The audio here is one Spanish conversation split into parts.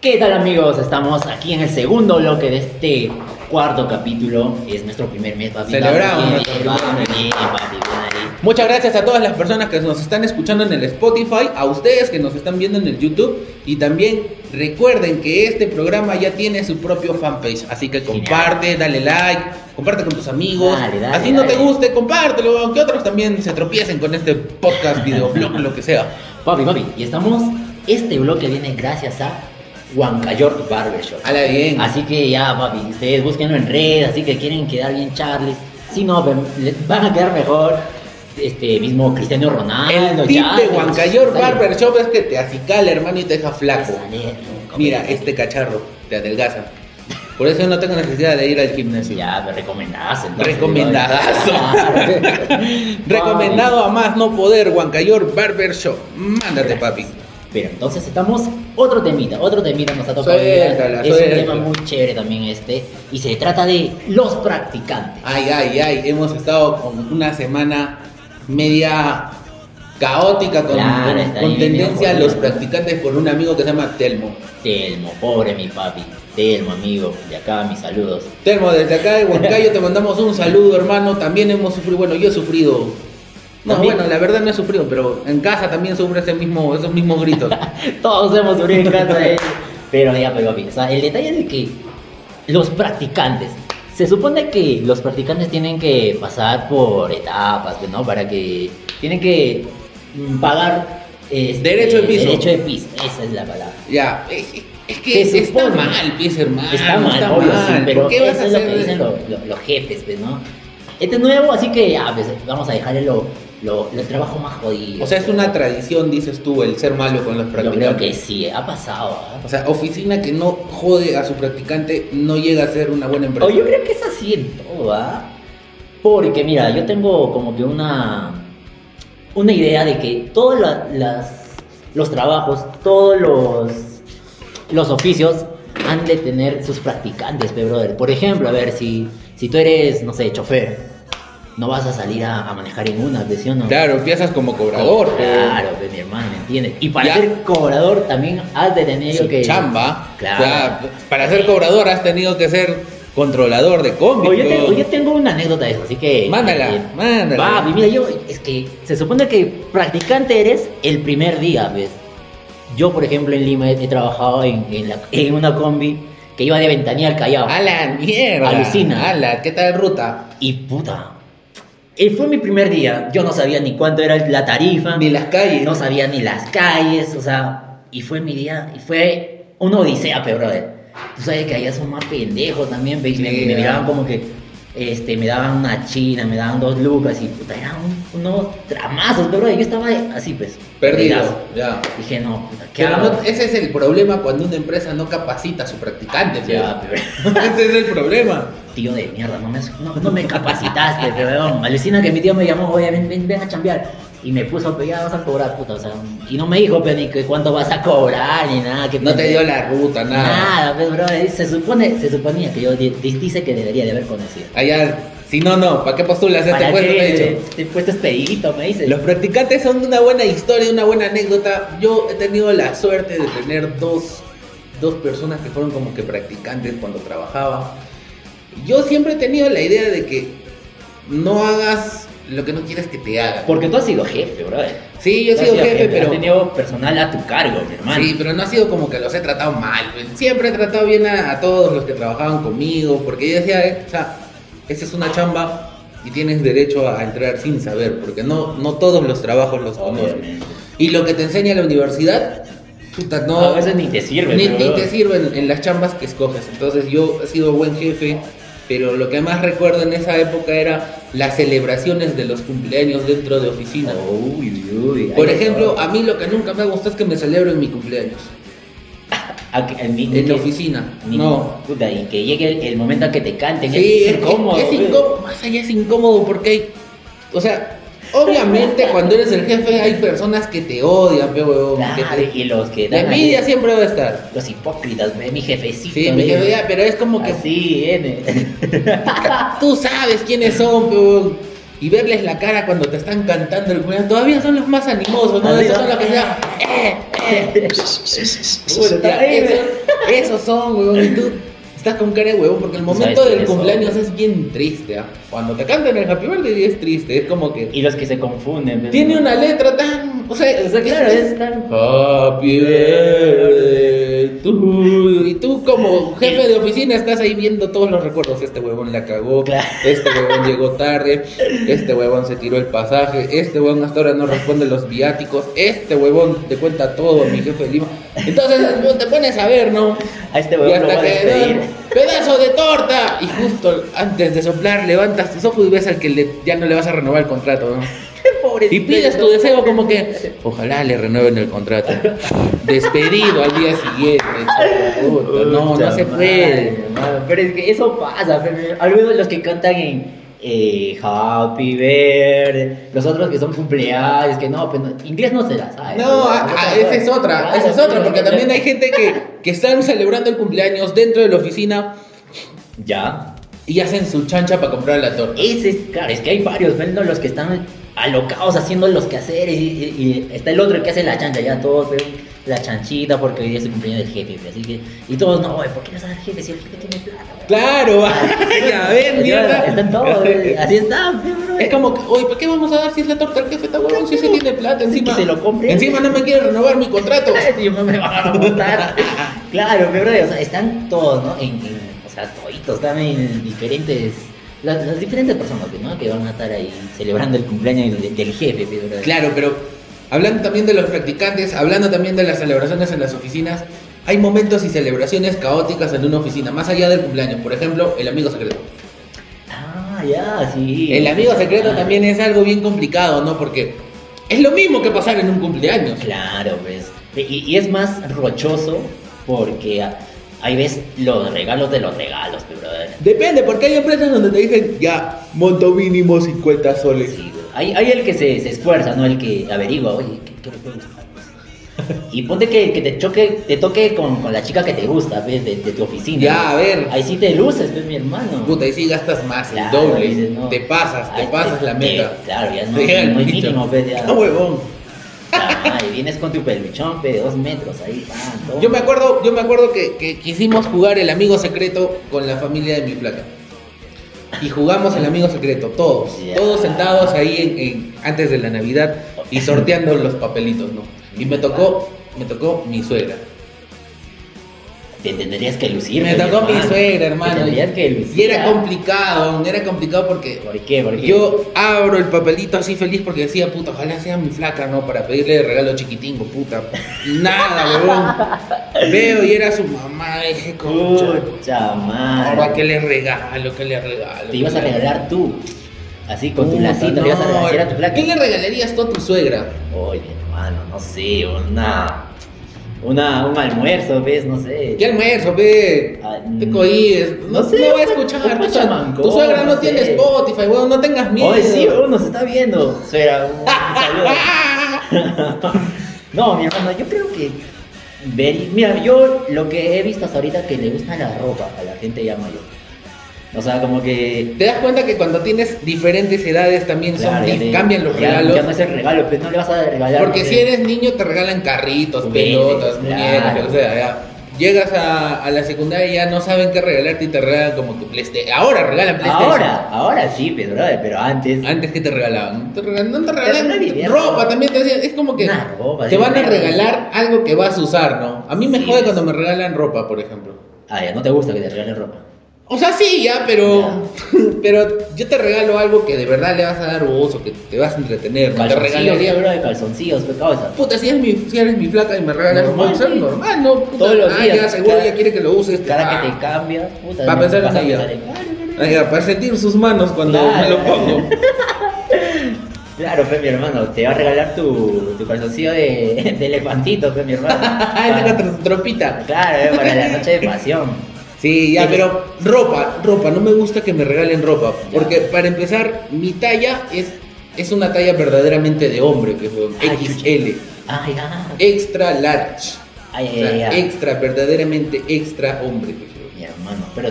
¿Qué tal amigos? Estamos aquí en el segundo bloque de este cuarto capítulo. Es nuestro primer mes, papi. Celebramos Vamos nuestro bien, vamos primer bien, papi, bien ahí. Muchas gracias a todas las personas que nos están escuchando en el Spotify, a ustedes que nos están viendo en el YouTube y también recuerden que este programa ya tiene su propio fanpage, así que Genial. comparte, dale like, comparte con tus amigos, Dale, dale, así no dale. te guste, compártelo, aunque otros también se tropiecen con este podcast, videoblog, lo que sea. Papi, papi, y estamos... Este bloque viene gracias a Huancayork Barbershop. Hala bien. Así que ya, papi, ustedes búsquenlo en red, así que quieren quedar bien Charles. Si no, ven- le- van a quedar mejor este mismo Cristiano Ronaldo. El tip ya, de pues, Huancayor sale- Barber Shop es que te acicala, hermano, y te deja flaco. sale rico, Mira, papi. este cacharro te adelgaza. Por eso no tengo necesidad de ir al gimnasio. Ya, me recomendás. entonces, Recomendadazo. papi. Recomendado a más no poder, Huancayor Barber Shop. Mándate, papi. Pero entonces estamos otro temita, otro temita nos ha tocado. Suéltala, es un suéltala. tema muy chévere también este y se trata de los practicantes. Ay, ay, ay. Hemos estado con una semana media caótica con, Claro, con- está con ahí tendencia a medio los jodido. practicantes por un amigo que se llama Telmo. Telmo, pobre mi papi, Telmo amigo, de acá mis saludos. Telmo, desde acá de Huancayo te mandamos un saludo, hermano. También hemos sufrido, bueno, yo he sufrido. No, También. bueno, la verdad no he sufrido, pero en casa también sufro ese mismo, esos mismos gritos. Todos hemos sufrido en casa de él. Pero ya, pero papi, o sea, el detalle es de que los practicantes, se supone que los practicantes tienen que pasar por etapas, pues, ¿no? Para que tienen que mm, pagar este, Derecho de piso. Derecho de piso, esa es la palabra. ya, es, es que Se está supone. mal, pies hermano. pues, Está mal, obvio, sí, Ah, mal. pero ¿Por qué vas eso a es lo que hacer dicen eso? lo- lo- los jefes, pues, ¿no? Este es nuevo, así que ya, pues, vamos a dejarle lo, lo, lo trabajo más jodido. O sea, es una tradición, dices tú, el ser malo con los Yo creo que practicantes. sí, ha pasado, ¿ah? O sea, oficina que no jode a su practicante no llega a ser una buena empresa. O yo creo que es así en todo, ¿ah? Porque mira, yo tengo como que una una idea de que todos la- las- los trabajos, todos los los oficios han de tener sus practicantes, pe brother. Por ejemplo, a ver si si tú eres, no sé, chofer, no vas a salir a, a manejar en una, ¿sí o no? Claro, empiezas como cobrador. pero- Claro, pe, mi hermano, ¿me entiendes? Y para Ya. ser cobrador también has de tener su yo que chamba. Claro. O sea, para ser cobrador has tenido que ser controlador de cómics. Oye, yo tengo, ¿no? yo tengo una anécdota de eso, así que. Mándala, eh, mándala. Papi, mira, yo. Es que se supone que practicante eres el primer día, ¿ves? Yo, por ejemplo, en Lima he, he trabajado en, en la- en una combi que iba de Ventanilla al Callao. A la mierda. Alucina. A la, ¿qué tal ruta? Y puta. eh, fue mi primer día. Yo no sabía ni cuánto era la tarifa. Ni las calles. No sabía ni las calles, o sea, y fue mi día, y fue una odisea, pero brother. Tú sabes que allá son más pendejos también, ¿ves? Me, Sí, me miraban ah. como que, este, me daban una china, me daban dos lucas, y puta, eran un- unos tramazos, pero brother, yo estaba así, pues. Perdido. perdidazo. Ya. Dije, no, puta, ¿qué Pero hago? no- ese es el problema cuando una empresa no capacita a su practicante. Ya, pues. pero- ese es el problema. Tío de mierda, no me, no, no me capacitaste, weón. Alucina que mi tío me llamó, oye, ven, ven, ven a chambear. Y me puso, pero ya vas a cobrar, puta, o sea, y no me dijo, pero ni que cuánto vas a cobrar, ni nada. Que No te dio la ruta, nada. Nada, pues, bro, eh, se supone, se suponía que yo di- di- dice que debería de haber conocido. Allá, si no, no, ¿para qué postulas este ¿Para puesto? qué? Me he dicho. Te he puesto este pedidito, me dice. Los practicantes son una buena historia, una buena anécdota. Yo he tenido la suerte de tener dos, dos personas que fueron como que practicantes cuando trabajaba. Yo siempre he tenido la idea de que no hagas lo que no quieres que te hagan. Porque tú has sido jefe, bro. eh. Sí, yo he Tú has sido jefe, Has pero... tenido personal a tu cargo, mi hermano. Sí, pero no ha sido como que los he tratado mal. pues. Siempre he tratado bien a, a todos los que trabajaban conmigo, porque yo decía, eh, o sea, esa es una chamba y tienes derecho a entrar sin saber, porque no, no todos los trabajos los conoces. Obviamente. Y lo que te enseña la universidad, puta, no, a veces ni te sirve, ni, pero, ni bro. te sirven en las chambas que escoges. Entonces yo he sido buen jefe, pero lo que más recuerdo en esa época era las celebraciones de los cumpleaños dentro de oficina. Uy, uy, uy. Por Ay, ejemplo, no. a mí lo que nunca me gustó es que me celebren mi cumpleaños. A que- a mí- En la que- oficina. Ni- No. puta, y que llegue el, el momento a que te canten. Sí, es incómodo. incómodo. eh. Es güey. incómodo. Más allá es incómodo porque hay. O sea, obviamente cuando eres el jefe hay personas que te odian, pe huevón. que Claro, te- y los que La dan envidia ahí- siempre va a estar. Los hipócritas, ve mi jefecito. Sí, me quedo ya, pero es como que Sí, N. tú sabes quiénes son, pe huevón. Y verles la cara cuando te están cantando el cumpleaños. Todavía son los más animosos, ¿no? Así, Esos son ¿no? los que se llaman, "Eh, eh". Puta, Ya, ahí, eso- Esos son, huevón. Y tú estás con cara de huevón porque el ¿Sabes momento del quiénes son? cumpleaños es bien triste. ¿ah? Cuando te cantan el Happy Birthday es triste. Es como que Y los que se confunden. ¿ves? tiene una letra tan. O sea, O sea, claro, es tan. Happy birthday to you. Y tú como jefe de oficina estás ahí viendo todos los recuerdos. Este huevón la cagó, Claro. este huevón llegó tarde, este huevón se tiró el pasaje, este huevón hasta ahora no responde los viáticos, este huevón te cuenta todo, mi jefe de Lima. Entonces te pones a ver, ¿no? A este Y huevón lo hasta voy a que despedir. ¡no! pedazo de torta. Y justo antes de soplar levantas tus ojos y ves al que le- ya no le vas a renovar el contrato, ¿no? Y Pobrecito. pides tu deseo como que, ojalá le renueven el contrato. Despedido al día siguiente. chico, puta, No, no Puta se madre, puede. hermano, Pero es que eso pasa. pero Algunos de los que cantan en eh, Happy Birthday, los otros que son cumpleaños, que no, pues no, inglés no se la sabe. No, a- a- esa es otra, esa es otra, porque también hay gente que, que están celebrando el cumpleaños dentro de la oficina Ya. y hacen su chancha para comprar la torta. Ese es, claro, es que hay varios, ¿ven? ¿no? Los que están alocados haciendo los quehaceres y, y- y está el otro que hace la chancha, ya todos ven la chanchita porque hoy día es el cumpleaños del jefe, pues, así que, y todos, no, güey, ¿por qué no sabe el jefe si el jefe tiene plata? güey?" Claro, ya ves, mierda. Están todos, güey, así está, pues, bro. Es como que, oye, ¿para qué vamos a dar si es la torta al jefe está huevón? Si se tiene plata encima. Que se lo compre. Encima no me quiere renovar mi contrato. Y no me van a votar. claro, pero o sea, están todos, ¿no? En, en- o sea, toditos, están en diferentes. Las, las diferentes personas pues, ¿no? que van a estar ahí celebrando el cumpleaños del, del jefe, pues, bro. Claro, pero hablando también de los practicantes, hablando también de las celebraciones en las oficinas, hay momentos y celebraciones caóticas en una oficina, más allá del cumpleaños. Por ejemplo, el amigo secreto. Ah, ya, sí. El amigo secreto Ah, también es algo bien complicado, ¿no? Porque es lo mismo que pasar en un cumpleaños. Claro, pues. Y, y es más rochoso porque ah, ahí ves los regalos de los regalos, pues, brother. Depende, porque hay empresas donde te dicen, ya, monto mínimo 50 soles. Sí, güey. hay, hay el que se, se esfuerza, ¿no? El que averigua, oye, ¿qué, qué le puede gustar? Y ponte que, que te choque, te toque con, con la chica que te gusta, ¿ves? De, de tu oficina. Ya, a ver. Ahí sí te luces, ¿ves, mi hermano? Puta, y si gastas más, el Claro, doble. dices, no. Te pasas, te Ay, pasas la te- meta. claro, ya no, Llega el no hay bicho. mínimo, ¿ves? Ya. Está huevón. Ah, y vienes con tu peluchón, pe, de dos metros ahí, pan, todo. Yo me acuerdo, yo me acuerdo que, que quisimos jugar el amigo secreto con la familia de mi plata. Y jugamos el amigo secreto, todos, Ya. todos sentados ahí en, en- antes de la Navidad y sorteando los papelitos, ¿no? Y me tocó, me tocó mi suegra. Te tendrías que lucir. Y me pe, tocó mi suegra, Te hermano. tendrías que Y lucir. era ah. complicado, era complicado porque ¿Por qué? ¿Por qué? yo abro el papelito así feliz porque decía, puta, ojalá sea mi flaca, ¿no? Para pedirle de regalo chiquitingo, puta. Nada, huevón. Veo y era su mamá, dije, concha. Pucha madre. Ahora que le regalo, que le regalo. Te ibas a regalar tú. Así con tu Puta, lacito, Uh, no. le ibas a regalar a tu placa. ¿Qué le regalarías tú a tu suegra? Oye, hermano, no sé, una. Una, un almuerzo, ¿ves? No sé. ¿Qué almuerzo, ve? Ah, Te mm, cohíbes. No, no sé, no va a un- escuchar. un Tu, suegra- pachamanco, tu suegra no, no tiene sé. Spotify, weón. No tengas miedo. Oye, sí, uno se está viendo. Suegra, un saludo. No, mi hermano, yo creo que. ver- Mira, yo lo que he visto hasta ahorita que le gusta la ropa a la gente ya mayor. O sea, como que. Te das cuenta que cuando tienes diferentes edades también son, claro, ya dif- te- cambian los ya- regalos. Ya no es el regalo, pues no le vas a regalar. Porque no sé, si eres niño te regalan carritos, Juguetes, pelotas, muñecas, claro. o sea, ya. Llegas a, a la secundaria y ya no saben qué regalarte y te regalan como tu PlayStation. Ahora regalan PlayStation. Ahora, ahora sí, pues, brother, pero antes. Antes que te regalaban. Te regalan, no te Pero no regalan vivía, ropa ¿no? también. Te decían, es como que Una ropa, te sí, van a claro. regalar algo que vas a usar, ¿no? A mí me Sí, jode sí. cuando me regalan ropa, por ejemplo. Ah, ya, no te gusta que te regalen ropa. O sea, sí, ya, pero. Pero yo te regalo algo que de verdad le vas a dar uso, que te vas a entretener. No te Calzoncillos, regalaría. bro, de calzoncillos, qué causa. Puta, si eres mi, si eres mi flaca y me regalas un Normal, boxer, sí. normal, ¿no? Puta, Todos los ah, días. ya, seguro Cada- ella quiere que lo uses. Cada Ah, que te cambias, puta. Va a no, pensar en vas a ella. en- Claro, ah, ya, para sentir sus manos cuando Claro. me lo pongo. Claro, fue mi hermano, te va a regalar tu, tu calzoncillo de, de elefantito, fue mi hermano. Ah, es Para- una tro- tropita. Claro, eh, para la noche de pasión. Sí, ya, Sí. pero ropa, ropa, no me gusta que me regalen ropa. Ya. Porque para empezar, mi talla es, es una talla verdaderamente de hombre, que fue Ay, XL, Ay, ay, extra large. ay, Eh, O ay, sea, ay. extra, verdaderamente extra hombre. que fue. Mi hermano, pero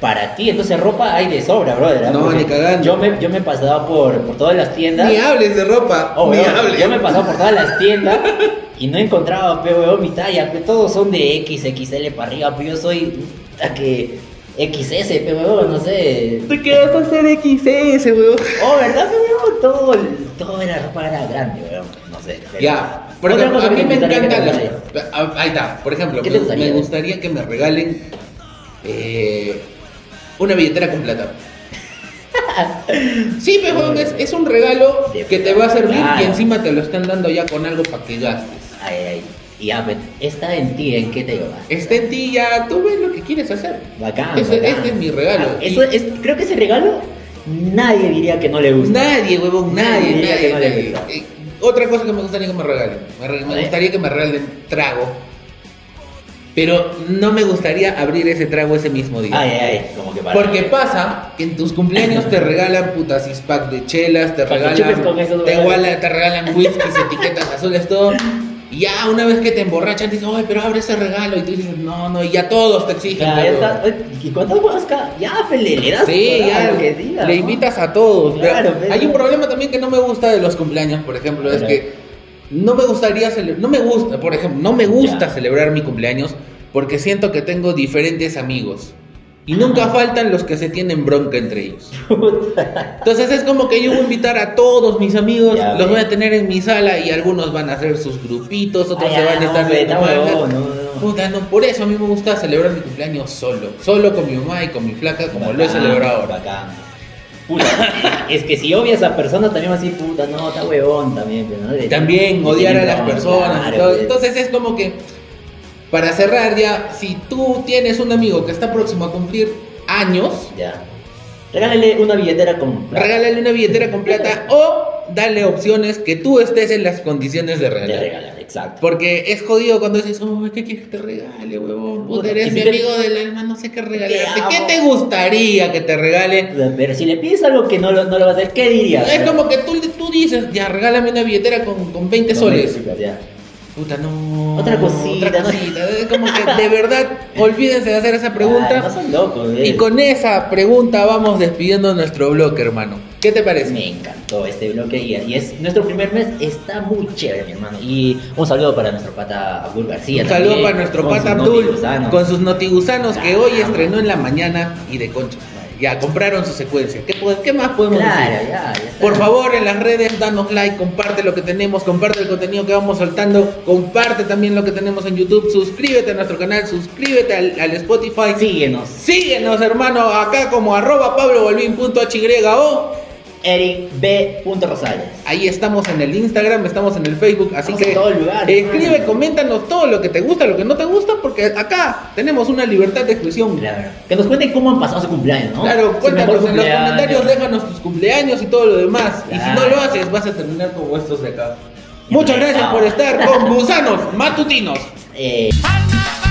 para ti, entonces ropa hay de sobra, brother. ¿ah? No, Porque ni cagando. Yo me, yo me pasaba por, por todas las tiendas. Ni hables de ropa, Oh, ni bro, hables. Yo me pasaba por todas las tiendas y no encontraba, pero weón, mi talla, pe, todos son de XXL para arriba, pero yo soy a que XS, pero weón, no sé. Te quedas a ser XS, weón. Oh, ¿verdad, pe, weón? Todo, todo la ropa era grande, weón, no sé. pero- Ya, por Otra ejemplo, cosa a que mí me gustaría que encantan regales. las- ah, Ahí está, por ejemplo, ¿Qué me, te gustaría? me gustaría que me regalen eh, una billetera con plata. Sí, pues, weón, es, es un regalo De que te va a servir plata. y encima te lo están dando ya con algo para que gastes. Ay, ay, y ya, pe, está en ti, ¿en qué te llevas? Está en ti ya, Este, tú ves lo que quieres hacer. Bacán, Ese- bacán. este es mi regalo. Ah, eso es, creo que ese regalo nadie diría que no le gusta. Nadie, huevón, nadie, Diría Pues que nadie. no le nadie. gusta. Eh, otra cosa que me gustaría que me regalen. Me, re- me A ver. gustaría que me regalen trago. Pero no me gustaría abrir ese trago ese mismo día. Ay, ay, ay, como que para. Porque pasa que en tus cumpleaños te regalan putas six pack de chelas, te Para que chupes regalan, con esos te, huevones. guala- te regalan whiskies, etiquetas azules, todo. Y ya una vez que te emborrachan, te dicen, oye, pero abre ese regalo. Y tú dices, no, no, y ya todos te exigen. Ya, ya pero- está. Oye, ¿Y cuántas guasca? Ya, pues, le, le das Sí, todo ya lo que digas. le ¿no? invitas a todos. pero Claro, pues, pero- Hay un problema también que no me gusta de los cumpleaños, por ejemplo, es Claro. que no me gustaría cele- no me gusta, por ejemplo, no me gusta Ya. celebrar mi cumpleaños porque siento que tengo diferentes amigos. Y nunca faltan los que se tienen bronca entre ellos. Entonces es como que yo voy a invitar a todos mis amigos, Ya, los ve. voy a tener en mi sala y algunos van a hacer sus grupitos, otros Ay, se Ah, ya, van a no, estar hombre, está viendo huevón, mangas. no, no, no. Puta, no, por eso a mí me gusta celebrar mi cumpleaños solo, solo con mi mamá y con mi flaca como lo he Bacán, celebrado ahora. Ah, Bacán. Puta, es que si obvias a personas también va a decir, puta, no, está huevón también. pero no le- Y también le odiar a tienen las bronca, personas. y claro, todo. pues. Entonces es como que, para cerrar ya, si tú tienes un amigo que está próximo a cumplir años, Ya. Regálale una billetera con. plata. regálale una billetera con plata o dale opciones que tú estés en las condiciones de Le regalar. regalan, exacto. Porque es jodido cuando dices, oh, ¿qué quieres que te regale, huevón? Puta, Puta, eres si mi te- amigo del alma, no sé qué regalarte. amo. ¿Qué te gustaría que te regale? Pero si le pides algo que no lo, no lo va a hacer, ¿qué dirías? Es como que tú, tú dices, ya, regálame una billetera con, con 20 No, soles. Ya. Puta, no. Otra cosita, Otra ¿no? cosita. Es como que de verdad, olvídense de hacer esa Ay, no pregunta. son locos, eh. Y con esa pregunta vamos despidiendo nuestro blog, hermano. ¿Qué te parece? Me encantó este bloque y, y es nuestro primer mes, está muy chévere, mi hermano. Y un saludo para nuestro pata Abdul García. Un saludo también, para nuestro con pata sus ah, Abdul notigusanos. con sus notigusanos que Claro. hoy estrenó en la mañana y de conchas. madre. Ya compraron su secuencia. ¿Qué, po- qué más podemos Claro, decir? ya, ya está. Por favor, en las redes, danos like, comparte lo que tenemos, comparte el contenido que vamos soltando, comparte también lo que tenemos en YouTube, suscríbete a nuestro canal, suscríbete al, al Spotify. Síguenos. Síguenos, hermano, acá como arroba pablobolvin.hyo. Eric B. Rosales. Ahí estamos en el Instagram, estamos en el Facebook, así Estamos que eh, en todo lugar, escribe, hermano. coméntanos todo lo que te gusta, lo que no te gusta, porque acá tenemos una libertad de expresión. Claro, Claro. Que nos cuenten cómo han pasado su cumpleaños, ¿no? Su cuéntanos mejor en los cumpleaños. comentarios, déjanos tus cumpleaños y todo lo demás. Y si Claro. no lo haces, vas a terminar como estos de acá. Y pues, Muchas conectado. gracias por estar con Gusanos Matutinos. Eh, Alma